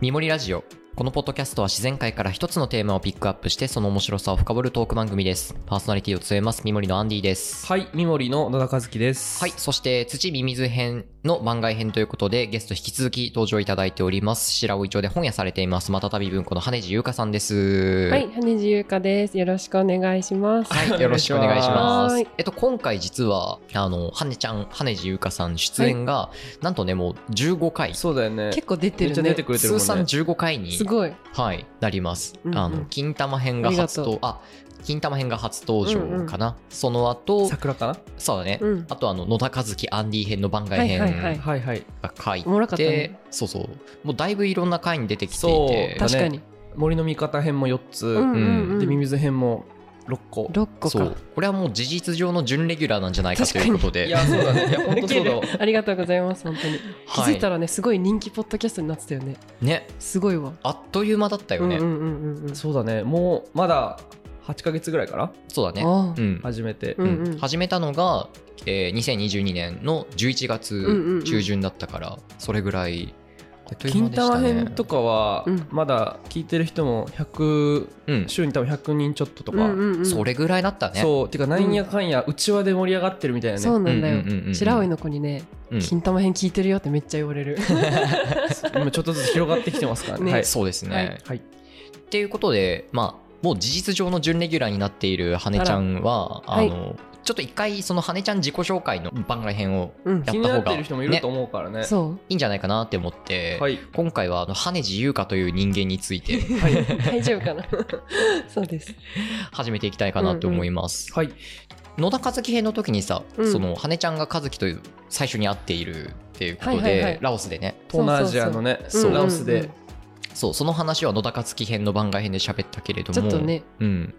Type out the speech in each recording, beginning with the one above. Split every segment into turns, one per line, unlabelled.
みもりラジオこのポッドキャストは自然界から一つのテーマをピックアップしてその面白さを深掘るトーク番組ですパーソナリティを務めますみもりのアンディです
はい、三森の野田和樹です。
はい。そして土ミミズ編の番外編ということでゲスト引き続き登場いただいております白尾一丁で本屋されていますまたたび文庫の羽地優香さんです
はい、羽地優香です。よろしくお願いします。
はい、よろしくお願いしま
は
す
い。
えっと、今回実は、あの、はねちゃん、はねじゆかさん出演が、なんとね、もう15回、
そうだよね。
結構出て
めっち
る
ゃ出
ね
て。くれてるも
通
んね。
算15回に
す、ごい。
はい、なります。
うんうん
あの、金玉編が初
あり
と、あ、金玉編が初登場かな。その後、
桜かな、
そうだね。
うん。
あとあの野田和樹アンディ編の番外編
はいはいはい
はいはい。
が書い、
おもろかってたね
そうそうもうだいぶいろんな回に出てきていて
そう
確かに。
森の味方編も4つ、
うんうんうん。
で、ミミズ編も6個。
六個
そ
か
う。これはもう事実上の準レギュラーなんじゃないかということで
いや、そうだ ね。いや、ほんとそうだわ。
ありがとうございます。本当に。気
は
づいたらね、すごい人気ポッドキャストになってたよね。
ね
すごいわ。
あっという間だったよ
うん
ね、
うんうんうんうん。
そうだね。もう、まだ8ヶ月ぐらいかな
そうだね
あ
う
あ
ん
始めて。
うんうん
始めたのが、えー、2022年の11
んうん
月
うん
中旬だったから、それぐらいあっという間
金
でした
玉
ね
編とかは、
うん
まだ聞いてる人も100、
うん、
週に多分100人ちょっとと
うん
か。
うんうん。
それぐらいだったね
そう、てか、なんやかんや、うちわで盛り上がってるみたいなね。
そうなんだ
うんうんうんうん
よ。白老の子にね、
うん
金玉編聞いてるよってめっちゃ言われる。
今ちょっとずつ広がってきてますからね。
ね
はい。
そうですね、
は
はい。
っていうことでまあもう事実上の準レギュラーになっている羽根ちゃんはあ
あらはい
の、ちょっと一回その羽根ちゃん自己紹介の番外編を
うん
や。
気
っ
に
た
な
方
って
が、
る人もいる
ね
と、思うからね。
そ
いいんじゃないかなって思って、
はい。
今回はあの羽地優香という人間につい て
う。大丈夫かな。 そうです。
始めていきたいかなと思います。
はい。
野田和樹編の時にさ、
うん
その羽ちゃんが和樹という最初に会っているっていうことで、
はいはいはい
ラオスでね
東南アジアのね、
そうそう
ラオス
うんうん
で
うん。
そうその話は野田和樹編の番外編で喋ったけれども
ちょっとね、
うん、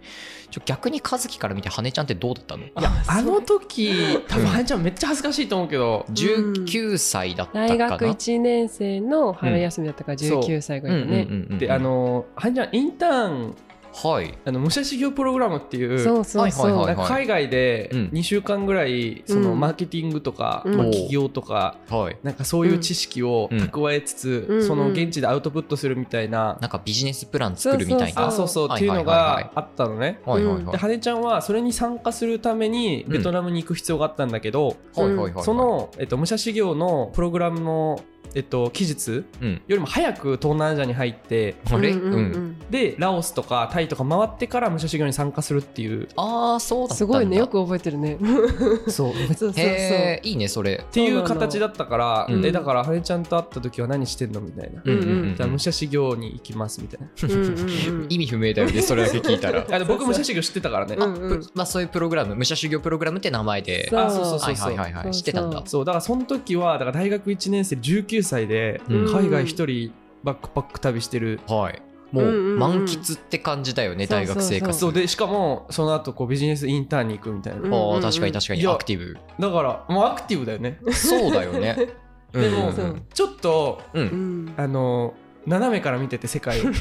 ちょ逆に和樹から見て羽ちゃんってどうだったの
いやあ
あそう
の時多
うん
分はんちゃんめっちゃ恥ずかしいと思うけど、
19歳だったかな、
大学1年生の春休みだったから
そう
19歳ぐ
うん
ら
う
い
ん
だ
うん
ね
う。ん
であのはんちゃんインターン
はい
あの武者修行プログラムっていう
そうそうそう。
はいはいはい
なんか海外で
うん
2週間ぐらいその
うん
マーケティングとか、
うん
まあ、企業とか
はい
なんかそういう知識を蓄えつつ、
うん
その現地でアウトプットするみたいな、
なんかビジネスプラン作るみたいな
あそうそうっ
は
ていうの
はい
が
は
あったのね。
はいはいはい
うん
は
で
い
羽根ちゃんはそれに参加するためにベトナムに行く必要があったんだけど、
はいはいはい
その、えっと、武者修行のプログラムの、えっと、期日
うん
よりも早く東南アジアに入って
あれ、
うん
うん
うんうん
でラオスとかタイとか回ってから武者修行に参加するっ ていう
ああそうだった
す
んだ
ごいねよく覚えてるね。
そうっ
そうそうそう。
へえいいねそれ
ていう形だったから、
うん
でだから羽根ちゃんと会った時は何してんのみたいな、
うんうん
じゃあ武者修行に行きますみた いな
うんうんうん
意味不明だよねそれだけ聞いたら
あで僕武者修行知ってたからね、
うんうん
プまあ、そういうプログラム武者修行プログラムって名前で
そう
あそうそうそうそう、
はいはいはいはい
そ
う
そ
知
う
ってたんだ
そうだからその時はだから大学1年生19歳で
うん
海外一人バックパック旅してる、
はいもう
うんうんうん
満喫って感じだよね、
そうそ
大
う
学生活
そうでしかもその後こうビジネスインターンに行くみたいな、
うん
ああ確かに確か
い
に
や
アクティブ
だからもうアクティブだよね
そうだよ ね
でも、
うんうん
ちょっと
う
うんん
あの斜めから見てて世界を
う ん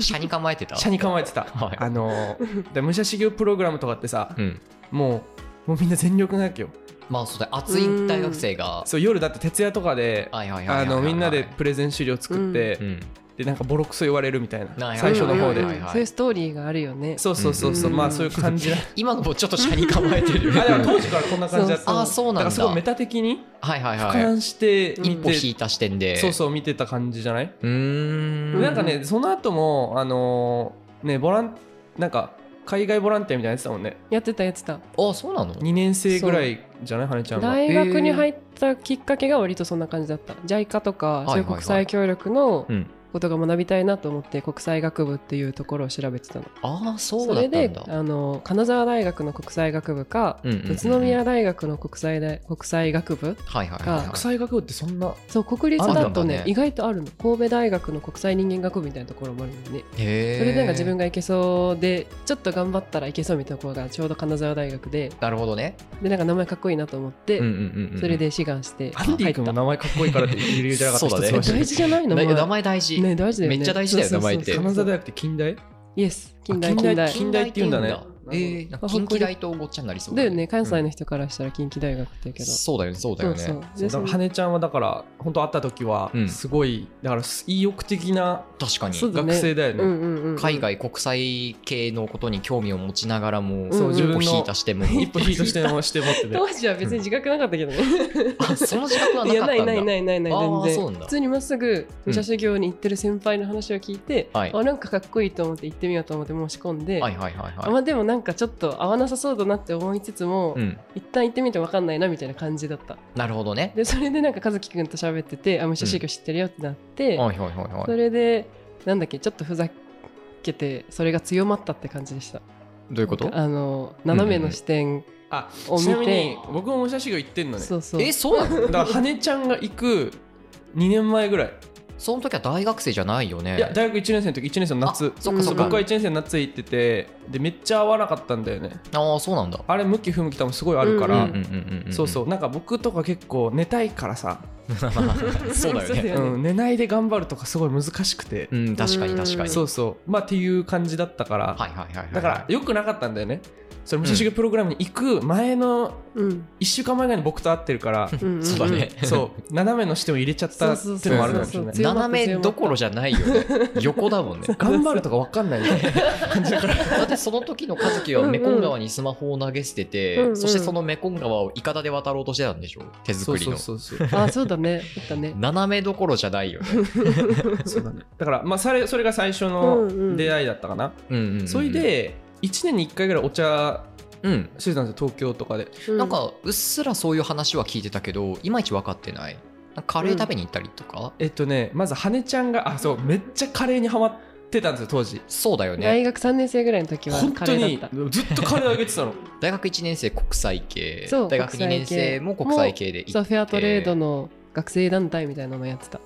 車に構えてた
車に構えてた、
はい
あので武者修行プログラムとかってさ、
うん
もうもうみんな全力なわけよ
まあそうだよ熱い大学生が
そう夜だって徹夜とかで
はいはいはいは
あ
いはい
のみんなでプレゼン資料作って、
うん
でなんかボロクソ言われるみた
い
い
は
な、
い
最初の方で、
うんうんうんそういうストーリーがあるよね。
そうそうそうそう、
うん
まあそういう 感じな
今のもちょっと車に構えてる
あでも
はい
当時からこんな感じだっ
そ
た
う
あそうなんだ
からすごいメタ的に
はい
俯
は
瞰して、
うん
い一
見
歩引いた視点で
そうそう見てた感じじゃない、
うー
で
ん
なんかねその後もあのーねボランなんか海外ボランティアみたいなやつだもんね
やってたやってた。
あそうなの
2年生ぐらいじゃない羽根ちゃんは
大学に入ったきっかけが割とそんな感じだった。JICA とか
いはいはい
そういう国際協力の
うん
ことが学びたいなと思って国際学部っていうところを調べてたの。
ああそう
そ
だっ
れ
た
で
んだ
あの金沢大学の国際学部か
うんうんうんうん
宇都宮大学の国際大国際学部
はいはいはいはい
が
国際学部ってそんな
そう国立
ある
だ
んだ
と
ね
ね意外とあるの神戸大学の国際人間学部みたいなところもあるのね
へえ
それでなんか自分が行けそうでちょっと頑張ったらいけそうみたいなところがちょうど金沢大学で
なるほどね
でなんか名前かっこいいなと思って、
うんうんうんうん
それで志願して
アンディ
入っ
君
た
も名前かっこいいからっていう理由じゃなかっ
そ
た
うだね
一
大
つは
事じゃないの
名
名
前名
前
前大事
ね大事だよね
めっちゃ大事だよ
そうそうそう
名前って
金沢大学って近代
イエス近代
あ
近代
近代って言うんだね
えー、なんか
あ
近畿
誇り
大とごっちゃになりそう
だよね関西
うん
の人からしたら近畿大学って言うけど、
そうだよねそうだよね
そう
そうだから羽根ちゃんはだから本当会った時は
うん
すごい、だから意欲的な
確かに
そうだね
学生だよね
うんうんうんうん
海外国際系のことに興味を持ちながらも、
そう
一
自
歩
分の
引いたしても
一歩引いとしてもして持って ね
当時は別に自覚なかったけどね、
あその自覚はいなか
や
っただ
なんいないないないない
あー
全然
そうなんだ
普通にまっすぐ武者修行に行ってる先輩の話を聞いて、
はい
あなんかかっこいいと思って行ってみようと思って申し込んで、
はいはいはい
あ
はい
まあでもなんかちょっと合わなさそうだなって思いつつも、
うん
一旦行ってみて分かんないなみたいな感じだった
なるほどね
でそれでなんか和樹くんと喋っててあ武者修行知ってるよってなって、
はいはいはいは
そ
い
れでなんだっけちょっとふざけてそれが強まったって感じでした
どういうこと
あの斜めの視点、
あ
を見て
ちなみに僕も武者修行行ってんのね
そうそう
えそうなの
だから羽根ちゃんが行く2年前ぐらい
その時は大学生じゃないよね
いや大学1年生の時1年生の夏
あそっか
そっか
僕は1年生の夏行っててでめっちゃ合わなかったんだよね
ああそうなんだ
あれ向き不向き多分すごいあるから、
うん
うんうんうんん
そうそうなんか僕とか結構寝たいからさ、
そうだよね
うん、寝ないで頑張るとかすごい難しくて、
うん確かに確かに
そうそうまあっていう感じだったから、
はいはいはいはいはい
だから良くなかったんだよねそれ武者修行プログラムに行く前の
うん
1週間前ぐらいに僕と会ってるから
うんうんん
そうだね
そう斜めの視点を入れちゃったっていうのもあるかもしれない
そうそうそう強まった
斜めどころじゃないよね横だもんね
頑張るとか分かんないみたいな
だってその時の和樹はメコン川にスマホを投げ捨てて、
うんうん
そしてそのメコン川をイカダで渡ろうとしてたんでしょ手作りの
そうそうそうそう
あそうだねだったね
斜めどころじゃないよね、
そうだねだからまあそれそれが最初
うんう
の
ん
出会いだったかな、
うんうんうん
それ、で1年に1回ぐらいお茶
うん、
してたんですよ東京とかで
なんかうっすらそういう話は聞いてたけどいまいち分かってないなんかカレー食べに行ったりとか、
えっとねまず羽ちゃんがあそうめっちゃカレーにハマってたんですよ当時
そうだよね
大学3年生ぐらいの時は
本
カ
当
レー
に
だった
ずっとカレーあげて たの
大学1年生国際系
そう
大学2年生も国
国
際
際
系で行
そう
って
フェアトレードの学生団体みたいなのやってた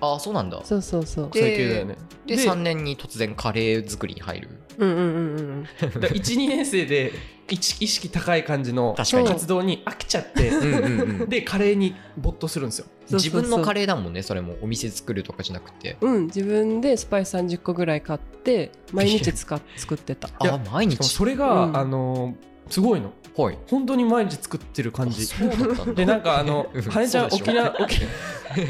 ああそうなんだ
そうそうそう
で
最強だよね
で3年に突然カレー作りに入る
うんうんうんうん
12年生で意識意識高い感じの
確かに
活動に飽きちゃって
うんうんうん
でカレーに没頭するんですよ
そうそうそう
自分のカレーだもんねそれもお店作るとかじゃなくて
うん自分でスパイス30個ぐらい買って毎日使っ作っ てた
あ
いや
ー毎
しかも
日
それが、
うん
あのーすごいの
はい
本当に毎日作ってる感
あ
じ
そうだったんだ
でなんかあの
うん
羽根ちゃん
そうでしょ
沖 縄沖い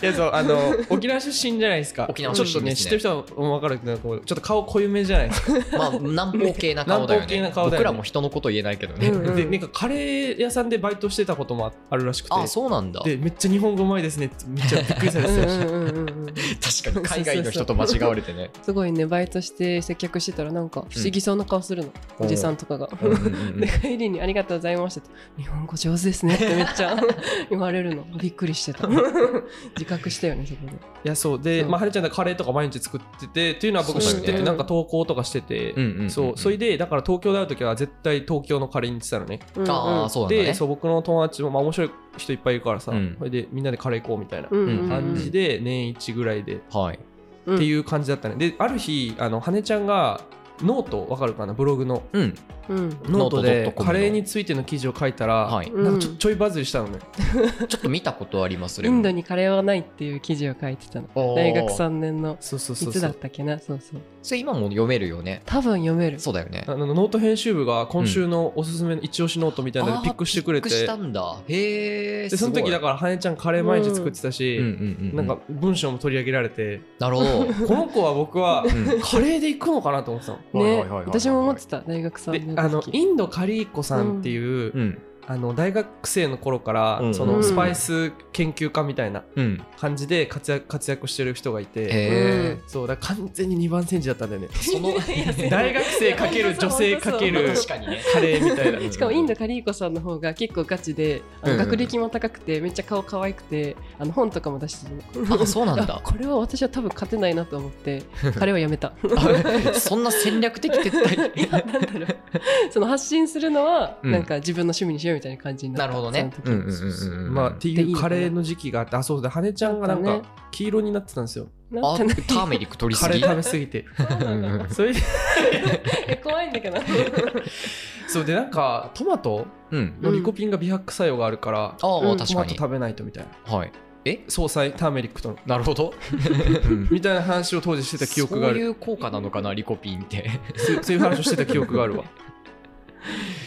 やそうあの沖縄出身じゃないですか
沖縄
ち
出
ょっと
身で
ね
す
知
ね
ってる人は分かるけどこうちょっと顔濃いめじゃないです か、
まあ南方系な顔だよね
南方系な顔だよ
僕
ね
らも人のこと言えないけどね、
うん
でなんかカレー屋さんでバイトしてたこともあるらしく て
あそうなんだ
でめっちゃ日本語うまいですねってめっちゃびっくりされ
うん
てた
う
よ
んうんうんうん
確かに海外の人と間違われて ね
すごいねバイトして接客してたらなんか不思議そうな顔するの、おじさんとかが。
うんうんうん
で帰りに「ありがとうございました」って「日本語上手ですね」ってめっちゃ 言われるのびっくりしてた自覚したよねそこで
いやそうで、
そう
まあ、はるちゃんがカレーとか毎日作っててっていうのは僕
そうだよ
知っ
ね
てて、なんか投稿とかしてて、
うんうんうんうん
そうそれでだから東京で会う時は絶対東京のカレーに行ってたのね、
うんうん
ああそうなんだね
でそう僕の友達も、まあ、面白い人いっぱいいるからさ、
うん
それでみんなでカレー行こうみたいな
うんうんうん
感じで年一ぐらいで
はい
うん
っていう感じだったね。で、ある日、あの羽ちゃんがノート、わかるかな、ブログの。
うん
うん
ノート
ノー
で
ト .com の
カレーについての記事を書いたら、
はい
なんかちょ
うん
ちょいバズりしたのね。
ちょっと見たことあります
インドにカレーはないっていう記事を書いてたの
おー
大学3年の
そうそう
い
そうそ
つだっ
う。
たっけなそうそう
それ今も読めるよね
多分読める
そうだよね
あのノート編集部が今週のおすすめの一押しノートみたいなの
あー
でピックしてくれて、
ピックしたんだへえ
でその時だから羽ちゃんカレー毎日作ってたし、
うんうんうん、
なんか文章も取り上げられて、
なるほど、うん
この子は僕 はカレーで行くのかなと思ってたの。
はいはい
ね
はいはい
私も思ってた大学3
で
年
あの
時
インドカリーコさんっていう、
うん
あの大学生の頃から、
うん
そうの
ん
スパイス研究家みたいな
うん
感じで活躍活躍してる人がいて、
へえ
そうだから完全に2番煎じだったんだよね
その
大学生かける女性かける
確かにね
カレーみたいな
うん
しかもインドカリーコさんの方が結構ガチで、あ
う
の
んうん
学歴も高くてめっちゃ顔可愛くてあの本とかも出してる
あそうなん
あ
だ
これは私は多分勝てないなと思 って彼はやめた
そんな戦略的撤退
いや なんだろうその発信するのは
うん
なんか自分の趣味にしようみたいな感じにな
な
った
るほどね
その時
まあっていうカレーの時期があってあそうだ羽根ちゃんがなん
なん
か
か
黄色になってたんですよ
な
あ
ん
タ
かね
ーメリック取り
カ
す
レー
ぎ
食べ過ぎてそれで
え怖いんだ けど
そうでなんかトマト
うん
のリコピンが美白作用があるから、
ああ
うん
確
ト
か
マト
に
食べないとみたいな
はいえ
総裁ターメリックとの
なるほど
みたいな話を当時してた記憶があ
そうい
る
う効果なのかなリコピンって
そうそういう話をしてた記憶が あるわ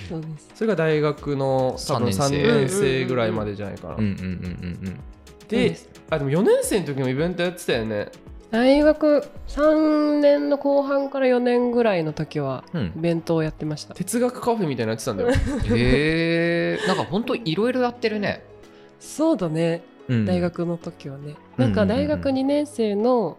そうです。
それが大学の多分
三
3
年生
年生ぐらいまでじゃないかな、
うんうんうんうんうん
そう
ですあでも4年生の時もイベントやってたよね
大学3年の後半から4年ぐらいの時は
う
イ
ん、
ベントをやってました。
哲学カフェみたいなのやってたんだよ
へえんかほんといろいろやってるね、
そうだね。
うん
大学の時はね。
うん
なんか大
う
学
んうん
2年生の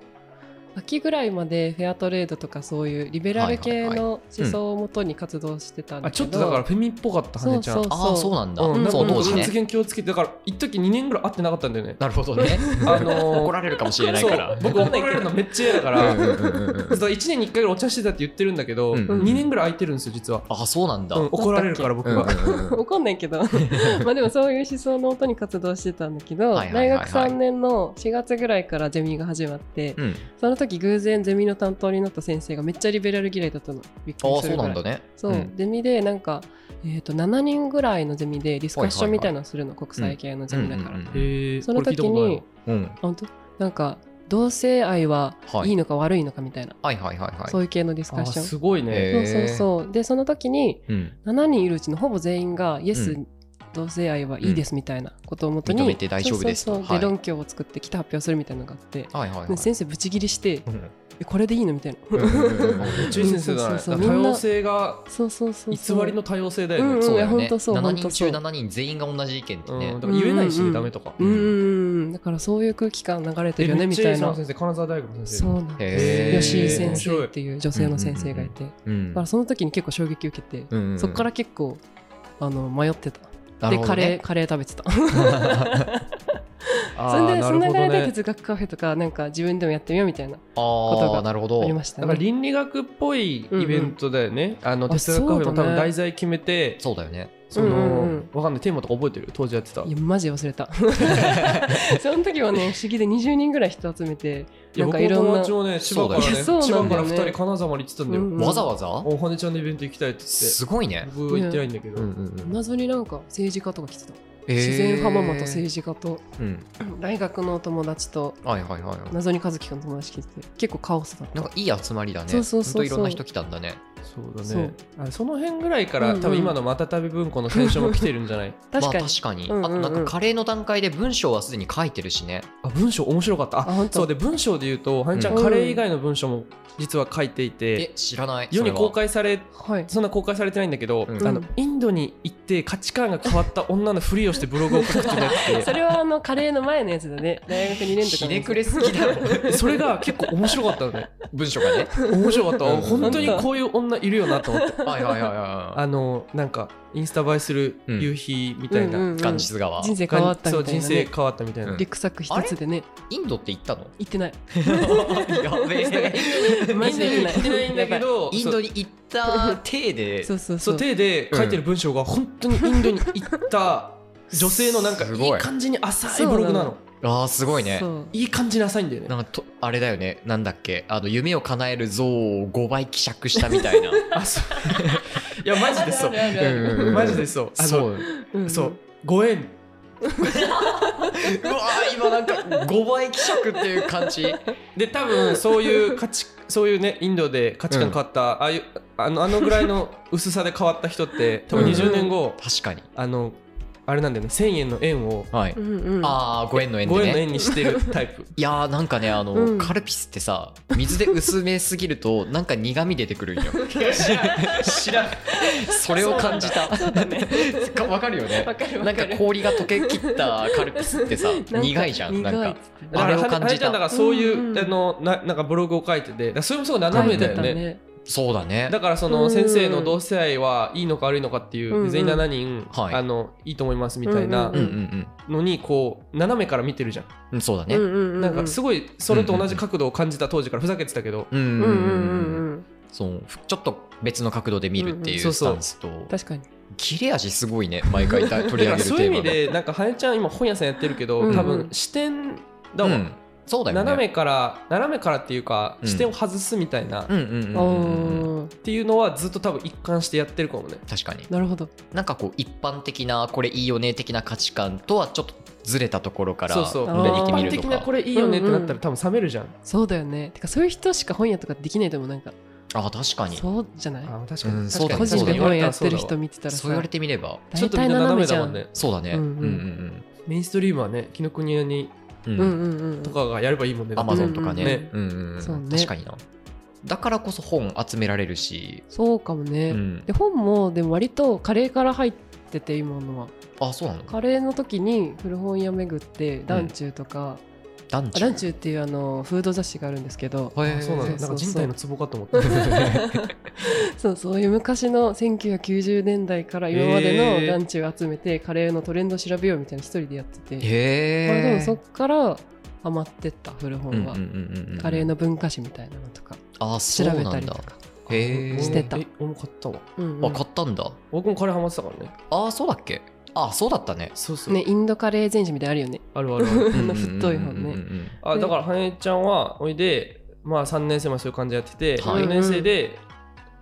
秋ぐらいまでフェアトレードとかそういうリベラル系
はいはい
の思想をもとに活動してたんだ
あ
け
ち
ど、
ょっとだからフェミっぽかった羽根ちゃん
そう
ああそうなんだ、
うん、なんか
そう
本
当
当
時ね
発言気をつけてだから一時2年ぐらい会ってなかったんだ よね
なるほどね
あのー
怒られるかもしれないから
そう僕怒られるのめっちゃ嫌だか
う
ら
んうんうんうん
1年に1回ぐらいお茶してたって言ってるんだけど、
う
二
んうん
2年ぐらい空いてるんですよ実は、
あそうなんだ、
うん、怒られるから僕が、
うんうんうん
わかんないけどまあでもそういう思想の音に活動してたんだけど
はいはいはい
大
はい
学3年の4月ぐらいからゼミが始まって、
うん
その時偶然ゼミの担当になった先生がめっちゃリベラル嫌いだったのびっく
あ
り
あそ
する
う
ぐ
な
ら
ん
い
だね
そう、
うん
ゼミでなんか、えー、と7人ぐらいのゼミでディスカッションみたいなのするの、
いは
国
い
際系のゼミだから、
うんうんうん
へえ
その時に
うん
本当なんか同性愛は
はい
いいのか悪いのかみたいな、
はいはいはいはい
そういう系のディスカ
あ
ッション
すごいね、
へー
そうそうそうでその時に
うん
7人いるうちのほぼ全員がイエス、
うん
同性愛はいいですみたいなことをもとに、
認めて大丈夫ですと
そうそうそう
はい
で論教を作ってきて発表するみたいなのがあって、
はいはいはい
で先生ブチギリして
うん
「えこれでいいの?」みたい
う
な
ん
あ めっちゃいい先生だね
そうそうそう
だから
み
多
んな
様性が
そうそうそう
偽
そう
りの多様性だよね、
うん
そうだよ
い
ね
や本当そう
7
本
人
当
中
そう
7人全員が同じ意見ってね
うんだから言えないし、
うんうんうん
ダメとか、
うんうんうんだからそういう空気感流れて
え
るよね
め
み
っちゃ
た
いい
い
その
な
先生金沢大学の先生
そうなんで
へ
ー
す吉井先生っていう女性の先生がいて、
うん
だからその時に結構衝撃受けて、
うんうん
そっから結構あの迷ってた、
なる
で
ほ
カ
ど
レ
ね
ーカレー食べてた
あ
そ
ー
れで
な
そ
る
の
ほ
流
ど
れで
ね
哲学カフェとかなんか自分でもやってみようみたいなこと
ああ
が
なるほ
あ
ど
りました
だから
ね
倫理学っぽいイベントだよね、あの
あ
哲学カフェ
そ
も多
うだね
分題材決めて
そうだよね
その、
うんうんうん
わかんないテーマとか覚えてる当時やってた
いやマジで忘 れたその時はね不思議で20人ぐらい人集めて
いや
なん
僕
か
の
いろ
友
んな
達もね千葉から
そうだ
ね
よそうなんだよ
千葉から
ね
2人金沢まで行ってたんだよ、
うんうん
わざわざ
お羽根ちゃんのイベント行きたいって言
すごいね
って僕は行ってないんだけど、
謎になんか政治家とか来てた、自然派ママと政治家と
治うん
大学の友達と
はいはいはい
謎に和樹君の友達来てて結構カオスだった
なんかいい集まりだね
そうそうそ
ほんと
うそう
いろんな人来たんだね
そうだね
そう
あその辺ぐらいから、
うんうん
多分今の「またたび文庫」の選書も来てるんじ ゃない
確かに、
まあ確かに
うんうんうん
あとなんかカレーの段階で文章はすでに書いてるしね
あ文章面白かった
あ
あ
本当
そうで文章で言うと羽根ちゃん、
うん
カレー以外の文章も実は書いていて
え知らない
世に
それは
公開され
はい
そんな公開されてないんだけど、
うん
あのインドに行って価値観が変わった女のふりをしてブログを書くってなっ
それはあのカレーの前のやつだね大学2年とか
ひ
の
ね
やつ
くれすぎだろ
てそれが結構面白かったのね
文章がね
面白かった
うん
本当にこういう女いるよなと思って
はいはいはいは
あのなんかインスタ映えする夕日みたいな、
うん うんう
い
ん
ガンジス川
人生変わったみたいな、ね、
そう人生変わったみたいな、
うん
リュックサック一つでね
インドって行った の
行ってない
やべえ
マジで行ってない
ど
インドに行った体で
そうそう
そ
そうう
手で書いてる文章が本当にインドに行った女性のなんか
す
い
ごい
い感じに浅いブログな
そう
の
なの
ああすごいね
そう
いい感じに浅いんだよね
なんかとあれだよねなんだっけあの夢を叶える像を5倍希釈したみた いな
あそういやマジでそう
あるある
うんうんうん
マジでそうあの
そうう
うんうん
そうご縁
うわー今なんか5倍希釈っていう感じ
で多分そういう価値そういうねインドで価値観変わった、ああいうあのあのぐらいの薄さで変わった人って多分
うん
20年後、
確かに
あのあれなんだよね1000円の円を
はい、
うんうん
ああご縁の縁で
5円の
ね
円にしてるタイプ
いやーなんかねあの、
うん
カルピスってさ水で薄めすぎるとなんか苦味出てくるんよ
知らん
それを感じた
そうだね
かわかるよね
わかるわ
な
か
ん
る
か氷が溶けきったカルピスっ てさ苦いじゃんなん
苦い
か
っつって
だ
あ
か
れ
ら
を感
は
じ
いちゃんだ
た
からそういう、
うんうん
あのななんかブログを書いててだからそれもすごい斜
書
め
い
だ
て
よ
た
ね
ね
そうだね
だからその
うん
先生の同性愛はいいのか悪いのかっていう、
うんうん
全員7人、
はい
あのいいと思いますみたいな
うんうん
のにこう斜めから見てるじゃん、
うんそうだね
うんうんうん
なんかすごいそれと同じ角度を感じた当時からふざけてたけど、
うんうん
う
うん
うんん
うん
う
うん
んうん
そうふちょっと別の角度で見るってい
んそうう
ス
そう
タンスと
確かに
切れ味すごいね毎回た取り上
だか
げ
ら
るテ
そういう意味
ー
でなんか羽根ちゃん今本屋さんやってるけど、
うん
多分視点
マ
だもん、
がうんそうだよね
斜めから斜めからっていうか、
うん
視点を外すみたいな、っ
うんうん
あ
うんうんうん
ー
ていうのはずっと多分一貫してやってるかもね
確かに
なるほど
なんかこう一般的なこれいいよね的な価値観とはちょっとずれたところから
そうそう
見てみる
的
と
な
か
これいいよねってなった
うんう
ら多分冷めるじゃん。
そうだよねてかそういう人しか本屋とかできないと思うなんか
あ確かにそ
そうじゃない
あ確か
う
に
んそう
確
だ
か
ね
に
個人で本屋や
や
ってる人見てた
う
らさ
言われてみれば
ちょ
大
っとみ
体
んな斜
斜
め
めじ
だも
ゃ
ん
ん
ね。
そうだね
う
うんん
う
うんん
メインストリームはね、紀ノ国屋に
うんうん
うんうんうん
とかがやればいいもんね。
アマゾンとか
うん
ね
ね
うんうんうん
そうね
確かになだからこそ本集められるし
そうかもね、
うん
で本もでも割とカレーから入ってて今のは
あそうなの
カレーの時に古本屋巡って「ダンチュー」とか
ダン
「あ
チ
ダンチュー」っていうあのフード雑誌があるんですけど
へー
あそうなん
そう
だ。な
そうそう
んか人体のツボかと思った。へ
そうそういう昔の1990年代から今までの
へー
ダンチュー集めてカレーのトレンド調べようみたいな一人でやってて、まあ、で
へ
もそっからハマってった古
うんう
本
ん
は、
うんうん
カレーの文化史みたいなのとか
あそ
調
う
べ
な
た
ん
りと
だ
か、
へえ
してた
え俺も買ったわ。
うんうん
あ買ったんだ
僕もカレーハマってたからね。
あそうだっけあそうだったね
そうそ
ね、インドカレー全史みたいなのあるよね
あるあるあ る。
あの太い
う
本ね
んうんうんうん
あ
で
だから花江ちゃんはおいで、まあ、3年生までそういう感じでやってて、
はい
4年生で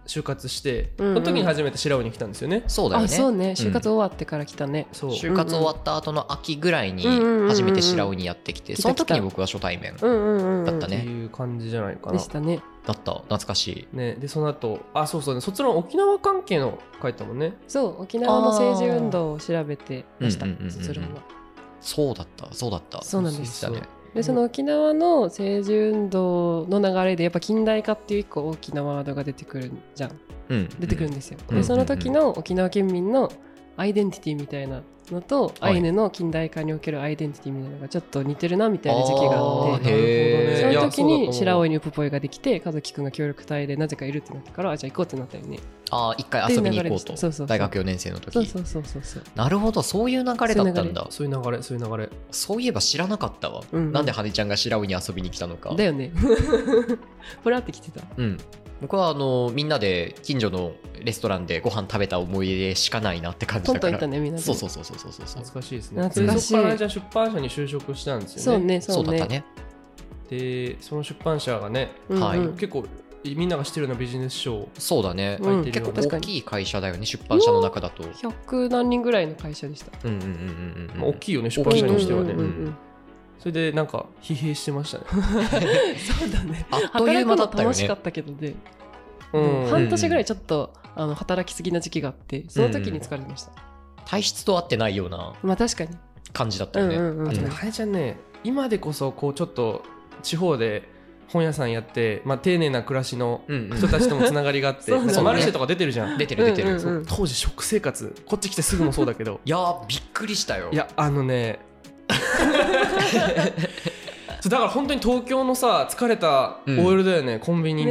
就活して、
うんうん
その時に初めて白尾に来たんですよね。
そうだよね
あそうね就活終わってから来たね、
そう
就活終わった後の秋ぐらいに
うんうんうんうん
初めて白尾にやってきて
来た
その時に僕は初対面
う
だ
ん、うんうんうん
だったね
っていう感じじゃないか
で
な
し。たね
った懐かしい
ね、でその後あそうそうね卒論沖縄関係の書いたもんね
そう沖縄の政治運動を調べてました
あーうんうんうんうん
卒論は
そうだったそうだった
そうなんです
だね
でその沖縄の政治運動の流れでやっぱ近代化っていう一個大きなワードが出てくるじゃん
うん
出てくるんですよ、
うん
でその時の沖縄県民のアイデンティティみたいなのと、
はい
アイヌの近代化におけるアイデンティティみたいなのがちょっと似てるなみたいな時期があっ
あー
て
へー
そ
いや
の時に白
尾
老にウポポイができて和樹くんが協力隊でなぜかいるってなったからあじゃあ行こうってなったよね
ああ一回遊びに行こう
っていう流れでした
と
そうそうそう
大学4年生の
そう
時
そうそうそうそう
なるほどそういう流れだった
そうい
ん
う流
だ
そういう流れそういう流れ
そういえば知らなかったわ
うんうん
なんで羽根ちゃんが白尾に遊びに来たのか
だよね ふらって来てた
うん僕はあのみんなで近所のレストランでご飯食べた思い出しかないなって感じ
ト
だ
ント
か
ン行
ら
ったねみんなで
そうそうそうそうそうそうそう
懐かしいですね
懐
か
しい
でそこからじゃあ出版社に就職したんです
そ
よ
う
ね
ね
そ
そうう
だ
ね
ったね
でその出版社がね
うんうん
はい
結構みんなが知ってるようなビジネス書を
そうだね
うん
結構
確か
大
に
きい会社だよね出版社の中だと
100何人ぐらいの会社でした
うんうんうんうんうん
まあ、大きいよね出
大
版
きい
社
と
にしてはね、
うんんうん
んん
それでなんか疲弊してましたね、
そう だね
あっとい
働
う
く
間
の
だったよ
楽し
ね
かったけどね
うん
半年ぐらいちょっとあの働きすぎな時期があってその時に疲れてました、
体質と合ってないような
まあ確かに
感じだったよね、
う
うんん
うんうん
あとねはやちゃんね今でこそこうちょっと地方で本屋さんやって、まあ、丁寧な暮らしの
うん
人たちともつながりがあって
そうだね
なんかマルシェとか出てるじゃん
出てる出てる、
うんうんうん
当時食生活こっち来てすぐもそうだけど
いやーびっくりしたよ
いやあの ねそうだから本当に東京のさ疲れた
うん
OL だよね、コンビニ
ね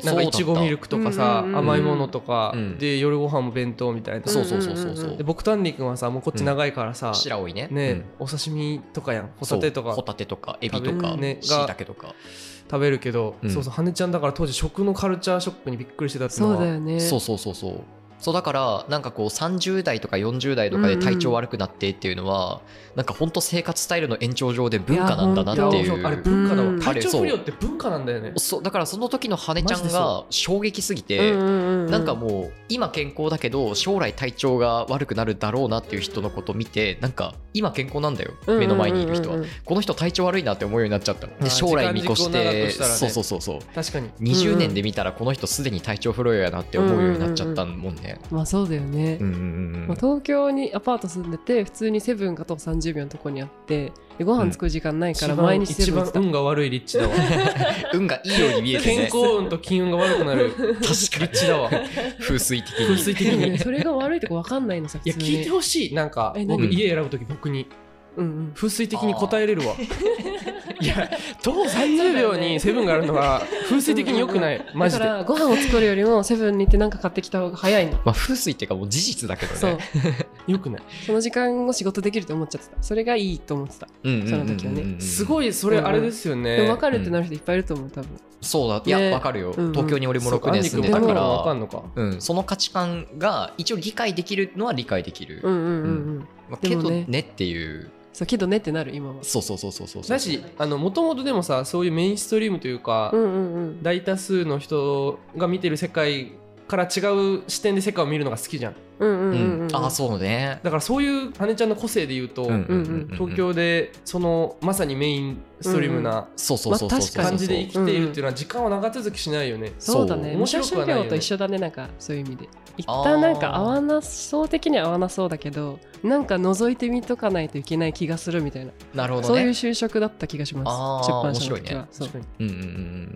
え
なんかいち
そう
ご
だった
ミルクとかさ、
うんうんうん
甘いものとか、
うん
で夜ご飯も弁当みたいな、
そうそうそうそう
うんうんうん
そううん
で僕とアンリ君はさもうこっち長いからさ、
白老ね
ね、
うん
お刺身とかやんホタテと
そう
か
ホタテとかエビとか
食
べるね
しいたけとか、
食べるけど、
うん
そうそう羽根ちゃんだから当時食のカルチャーショックにびっくりしてたっていうの
そ
は
うだよね
そうそうそうそうそうだからなんかこう30代とか40代とかで体調悪くなってっていうのは、なんか本当生活スタイルの延長上で文化なんだなっ
だ
て
い
い
や
う
そうあれ文化だ
うん
わ体調不良って文化なんだよね
そうだからその時の羽根ちゃ
マジで
んが
そ
衝撃すぎ
うん
て、
うんうんうん
なんかもう今健康だけど将来体調が悪くなるだろうなっていう人のことを見てなんか今健康なんだよ目の前にいる人は、
うんうんうん
この人体調悪いなって思うようになっちゃった
あー
で将来見越し
時間軸を長
て
くしたらね
そうそうそうそう
確かに
20年で見たらこの人すでに体調不良やなって思うようになっちゃったもんね
うんまあそうだよね、
うんうんうんう
まあ、
ん
東京にアパート住んでて普通にセブンが徒歩30秒のとこにあってでご飯作る時間ないから毎日セ
一
ブ
番
ン行ってた
運が悪い立地だわ
運がいいように見えて
健
ね
康運と金運が悪くなる
確かに
立地だ わ
風水的
風
に
水的にい
それが悪いとこ分かんないのさ普
や
通に
聞いてほしいなんか
え何
僕家選ぶ時僕に
うんうん
風水的に答えれ るわいや徒歩
そう
30
だよ
秒
ね
にセブンがあるのが風水的に良くないマ
だ
ジ
か
で
らご飯を作るよりもセブンに行って何か買ってきた方が早いの
まあ風水っていうかもう事実だけど
そう
ね
良くない
その時間を仕事できると思っちゃってたそれがいいと思ってた
うんうんうんうんうん
その時はね
すごいそれあれですよ
でも
ね
分かるってなる人いっぱいいると思う多分
そうだい
ね
やわかるよ
うんうん
東京に俺も6年住んで
そ
た
うアン
か
リ君
わかん
ら
のか
うんその価値観が一応理解できるのは理解でき
う
る
んうんうんうん
まあ
で
け
も
ど
ね
ねっていう
そうけどねってなる今は
そうそうそうそうそう
だしあのもともとでもさそういうメインストリームというか、
うんうんうん
大多数の人が見てる世界から違う視点で世界を見るのが好きじゃん
うんう
うん
うんうん
ん、ああそうね
だからそういう羽根ちゃんの個性で言うと、
うんうんうんうん
東京でそのまさにメインストリームな
そうそうそう
ま
そ
あ
う
確かに
感じで生きているっていうのは時間は長続きしないよね。
そうだね
そう
武者修行と一緒だねなんかそういう意味で一旦なんか合わなそう的には合わなそうだけどなんか覗いてみとかないといけない気がするみたいな
なるほど
そういう
ね
就職だった気がします出
あー
版社の時は
面
そう
確か
う
に
んうんうんうん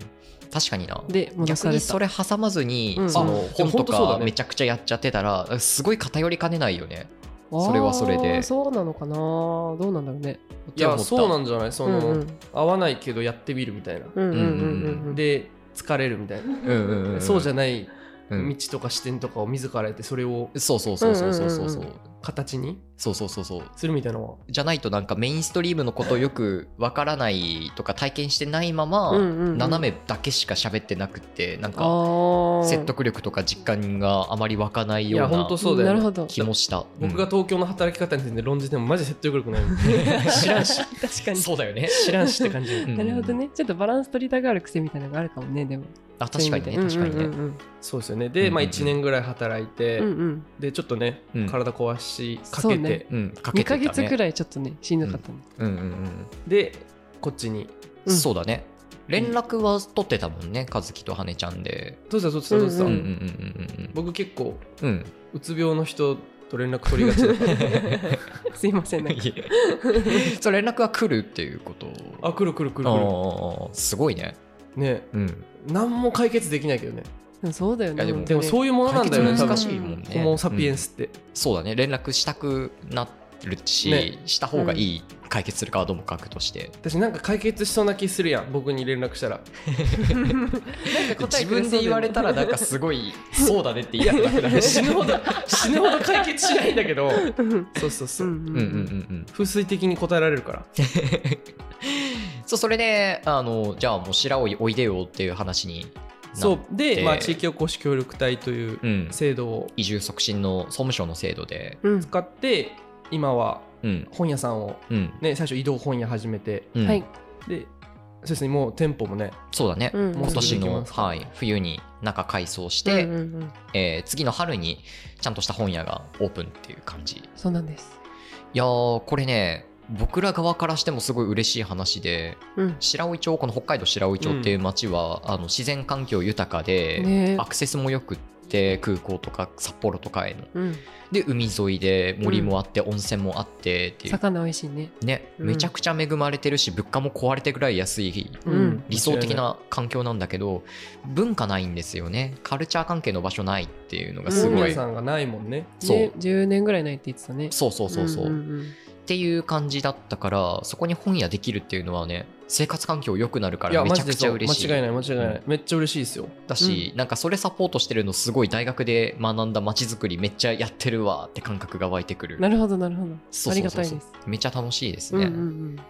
確かにな
で戻
逆
さ
に
れ
そ
た
れ挟まずに、
うん
その
うん
本
でも
と
本当そう
か
だね
めちゃくちゃやっちゃってたらすごい偏りかねないよね
あー
それはそれで
そうなのかなどうなんだろうね
い
って思
や
った
そうなんじゃないその、
うん
合わないけどやってみるみたいな、
うんうんうんうんうん
で疲れるみたいな、
うんうんうん
そうじゃない
うん、
道とか視点とかを自らやってそれを
そうそうそうそうそうそうそう
うんうんうん
形に
そうそうそうそう
するみたいなのは
じゃないとなんかメインストリームのことをよくわからないとか体験してないまま、
うんうんうん
斜めだけしか喋ってなくってなんか
あー
説得力とか実感があまり湧かない
い
よ
や
う
本
な
当そうだよ、ね、
なるほど
気もした
僕が
うん
東京の働き方について論じてもマジ説得力ない 知らんし
確かに
そうだよね
知らんしって感じ、
うん
なるほどねちょっとバランス取りたがる癖みたいなのがあるかもねでも
あ確かにね
そういう意
確
味
かに
で
ね、
うんうんうん
そうですよねで、まあ、
うんうんうん
1年ぐらい働いて、
うんうん
でちょっとね、
うん
体壊しか
そう
けて、
ね
うん、か
2
けてた
ヶ
ね
月くらいちょっとねしんどかったね
うんうんうん
でこっちに
うん
そうだね連絡は取ってたもんね和樹と羽ちゃんで
どうしたどうしたどうした、
うんう
う
んんうん
僕結構
うんうん
うつ病の人と連絡取りがちだか ら
すいませんなんか
いえそう連絡は来るっていうこと
あ来る来る来る来
あーすごいね
るね
うん
何も解決できないけどね
でもそうだよね
いやでも
でも
う
そういうものなんだよね
解
多
決
分
難しいもんね
ホモ・サピエンスって、
そうだね連絡したくなってるし、
ね
した方がいい解決するカードも書くとして、
私なんか解決しそうな気するやん僕に連 絡したら
自分で言われたらなん かすごい「そうだね」って言いたくなるし
死ぬほど死ぬほど解決しないんだけどそうそうそう、
う
うん
う
んうん
う
んうん
うんん
風水的に答えられるから
そうそれであのじゃあもう白老おいでよっていう話にな
そう
う、
で、
で
まあ、地域おこし協力隊という
うん、
制度を
移住促進の総務省の制度で
うん
使って今は
うん
本屋さんを、
うん
ね、最初移動本屋始めて
うん
はい
でそうですねもう店舗もね
そうだね、
うん
今年
もうすぐでき
の、
ますから
はい、冬に中改装して、
うんうんうん
えー次の春にちゃんとした本屋がオープンっていう感じ
そうなんです
いやーこれね僕ら側からしてもすごい嬉しい話で
うん
白老町この北海道白老町っていう町は、あの自然環境豊かで、
ね
アクセスもよくって空港とか札幌とかへの
うん
で海沿いで森もあって、温泉もあってっていう
魚美味しいね
ね、
うん
めちゃくちゃ恵まれてるし物価も壊れてぐらい安い
うん
理想的な環境なんだけど文化ないんですよねカルチャー関係の場所ないっていうのがす
本
ご
屋
い、
さんがないもんね
そう
ね10年ぐらいないって言ってたね
そうそうそうそう、
んんん
っていう感じだったからそこに本屋できるっていうのはね生活環境良くなるか
い
ら
や
め
マ
ちゃ
ジで
くちゃ
そう間
嬉しい
違いない間違いない、めっちゃ嬉しいですよ
だし、なんかそれサポートしてるのすごい大学で学んだ街づくりめっちゃやってるわって感覚が湧いてくる
なるほどなるほ
そうそ
どあり
う
が
そ
た
う
い
そう
です
めっちゃ楽しいです
うんう
ね、
んうんあ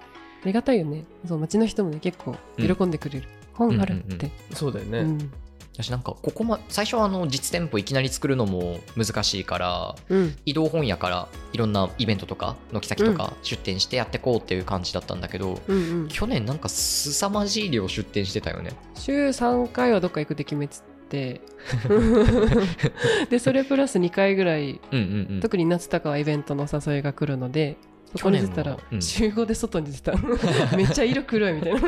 りがたいよねそう街の人もね結構喜んでくれる本あるって
そうだよね、
うん
私なんかここま最初はあの実店舗いきなり作るのも難しいから
うん
移動本屋からいろんなイベントとか軒先とか出店してやってこうっていう感じだったんだけど、
うんうん
去年なんか凄まじい量出店してたよね
週3回はどっか行くって決めて てでそれプラス2回ぐらい
うんうんうん
特に夏とかはイベントのお誘いが来るのでそこに出た
去年
ら
はうん
週5で外に出て ためっちゃ色黒いみたいな
あ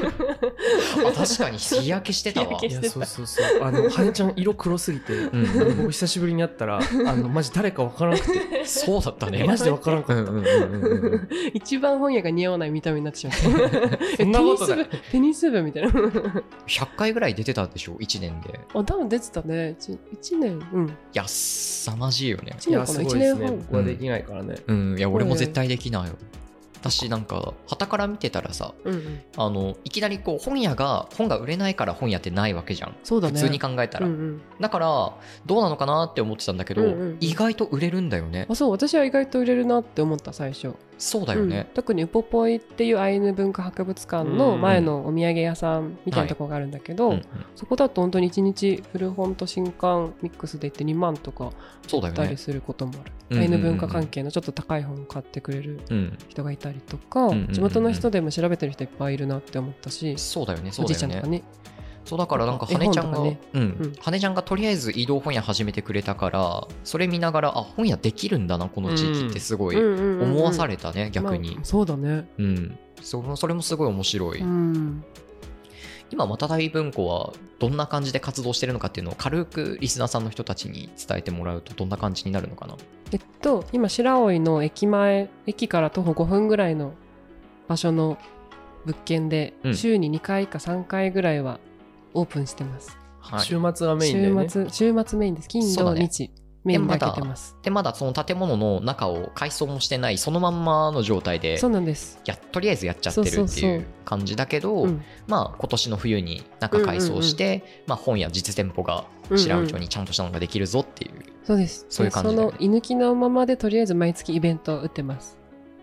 確かに日焼けしてたわ
日
い
焼
や
してた
そうそうそうあの羽ちゃん色黒すぎて、
うんうん
僕久しぶりに会ったらあのマジ誰かわからんくて
そうだったね
えマジでわからんかった、
うんうんうんうんうん
一番本屋が似合わない見た目になってしまったえ
そんなこと
テ
な
ニ
い
ス部テニス部みたいな
100回ぐらい出てたでしょ1年で
あ多分出てたね1年うん
いや凄まじいよね
1年かな1年半
僕はできないからね、
うんいや俺も絶対できないよ私なんか傍から見てたらさ
うんうん
あのいきなりこう本屋が本が売れないから本屋ってないわけじゃん
そうだ
普
ね
通に考えたら、
うんうん
だからどうなのかなって思ってたんだけど、
うんうん
意外と売れるんだよね
あそう私は意外と売れるなって思った最初
そうだよね
うん、特にウポポイっていうアイヌ文化博物館の前のお土産屋さんみたいなところがあるんだけ
う
ど、
んうん
そこだと本当に1日古本と新刊ミックスで行って2万とか
そうだよ
たり
ね
することもある、
うんうんう
アイ
ん
ヌ文化関係のちょっと高い本を買ってくれる
うん
人がいたりとか、
んうんうん
地元の人でも調べてる人いっぱいいるなって思ったし、
そうだよね
お
そう
じ
だ
いちゃ
よ
んと
ね
かね
そうだからなんか
絵
羽
本
ち
と
ゃ
か
んが、
ね
うん、羽ちゃんがとりあえず移動本屋始めてくれたからそれ見ながらあ本屋できるんだなこの地域ってすごい思わされ
れ
たね、逆に、
そうだね
うんそのそれもすごい面白い、
うん
今またたび文庫はどんな感じで活動してるのかっていうのを軽くリスナーさんの人たちに伝えてもらうとどんな感じになるのかな
えっと今白老の駅前駅から徒歩5分ぐらいの場所の物件で、
うん
週に2回か3回ぐらいはオープンしてます、
はい
週末がメインだよね
週末週末メインです金
そうだ
土
ね
日、メインで開けてます
でまだその建物の中を改装もしてないそのまんまの状態で
そうなんです、
やとりあえずやっちゃってる
そう
っ
そう
て
そう
いう感じだけど、
うん
まあ今年の冬に中改装して、まあ、本や実店舗が白尾町にちゃんとしたのができるぞっていう、
そうです
そういう感じ
で
だ
そ
よ
の
ね
居抜きのままでとりあえず毎月イベントを打ってます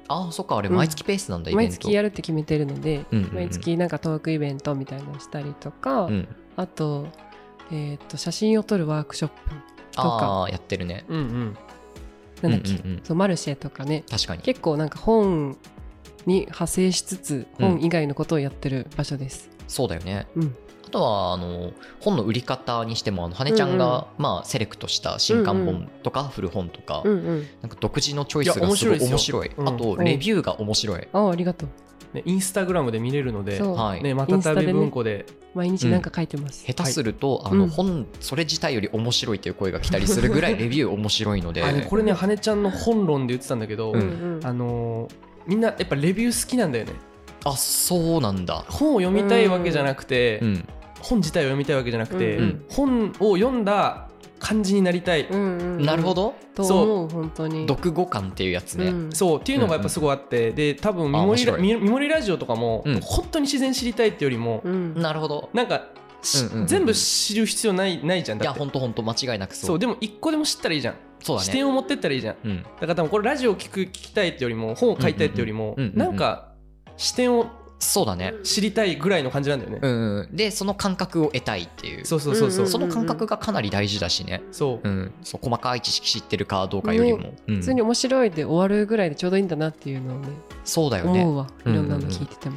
ああそっかあれ
うん
毎月ペースなんだ、イベ
毎
ント
月やるって決めてるので、
うんうんうん
毎月なんかトークイベントみたいなのしたりとか、
うん、
あと,、えーっと写真を撮るワークショッとか
ああやってるね
うんうん
プなんだっけ、
うんうんうん
そうマルシェとかね
確かに
結構なんか本に派生しつつ
うん
本以外のことをやってる場所です。
そうだよね
うん、
あとはあの本の売り方にしてもあの羽根ちゃんが、
うんうん
まあ、セレクトした新刊
うんう
本とか古本とか,、
うん、うん、
なんか独自のチョイスがす
いや面白
ご
い
い
ですよ
面白い
うん
あとレビューが面白い、
ああありがとう。
ねインスタグラムで見れるので
そう、
はい
ねまたた
インスタでね
び文庫で
毎日なんか書いてます。
下手すると、あの
うん
本それ自体より面白いという声が来たりするぐらいレビュー面白いので
あのこれね羽根ちゃんの本論で言ってたんだけど、
うん
うん
あのーみんなやっぱレビュー好きなんだよね
あそうなんだ
本を読みたいわけじゃなくて、
うん
本自体を読みたいわけじゃなくて、
うん
本を読んだ感じになりたい、
うんうんうん
なるほ。ど、
と思う本当に。
読語感っていうやつね、
うん
そうっていうのがやっぱすごいあって、で多分ミモリ
あ
ラ
面
ミミモリラジオとかも、
うん
本当に自然知りたいってよりも、
うん
なるほど
なんかし
うんうんうん
全部知る必要ないないじゃん
い
だ
や
って
ほんとほんと間違いなくそう
そうでも一個でも知ったらいいじゃん、
そうだね
視点を持ってったらいいじゃんだ
うん
から多分これラジオ聞く聞きたいってよりも本を買いたいってよりも、
うんうんうんうんうん
なんか視点を
そうだね
知りたいぐらいの感じなんだよね、
うんうんでその感覚を得たいっていう
そうそうそうそう、
うん
その感覚がかなり大事だしね、
そう
う、ん、そう細かい知識知ってるかどうかよりも、うん
普通に面白いで終わるぐらいでちょうどいいんだなっていうのをね
そうだよ
思う
ね
わ。
う
い
ん
ろんなの聞いてても。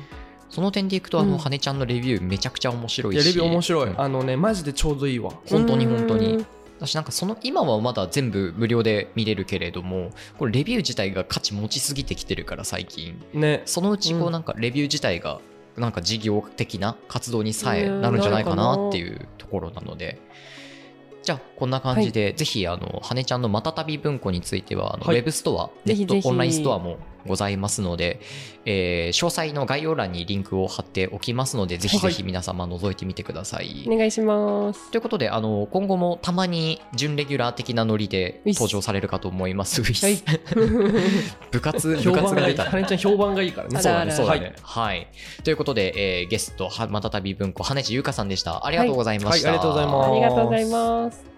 その点でいくとあの、
うん
羽根ちゃんのレビューめちゃくちゃ面白い
い
し
やレビュー面白い、
うん
あのねマジでちょうどいいわ
本当に本当
う
に
ん
私なんかその今はまだ全部無料で見れるけれどもこれレビュー自体が価値持ちすぎてきてるから最近
ね
そのうちこ
う
うんなんかレビュー自体がなんか事業的な活動にさえ
うん
なるんじゃないか
なるか
な
な
っていうところなので。じゃあこんな感じで、ぜひあの羽根ちゃんのまたたび文庫についてはあの、
はい
ウェブストアネ
ぜひ
ット
ぜひ
オンラインストアもございますので、えー詳細の概要欄にリンクを貼っておきますのでぜひぜひ皆様覗いてみてください
お願いします。
ということで、あの、今後もたまに準レギュラー的なノリで登場されるかと思います。
はい
部活、部
評判
活が
がい
出
い
た。
羽根ちゃん評判がいいからね
あらあら
そうだ
は
ね
い。
はい。ということで、えーゲスト、はまたたび文庫、羽地優香さんでした。ありがとうございま
は
し
い
た。
ありがとうございます
ありがとうございます。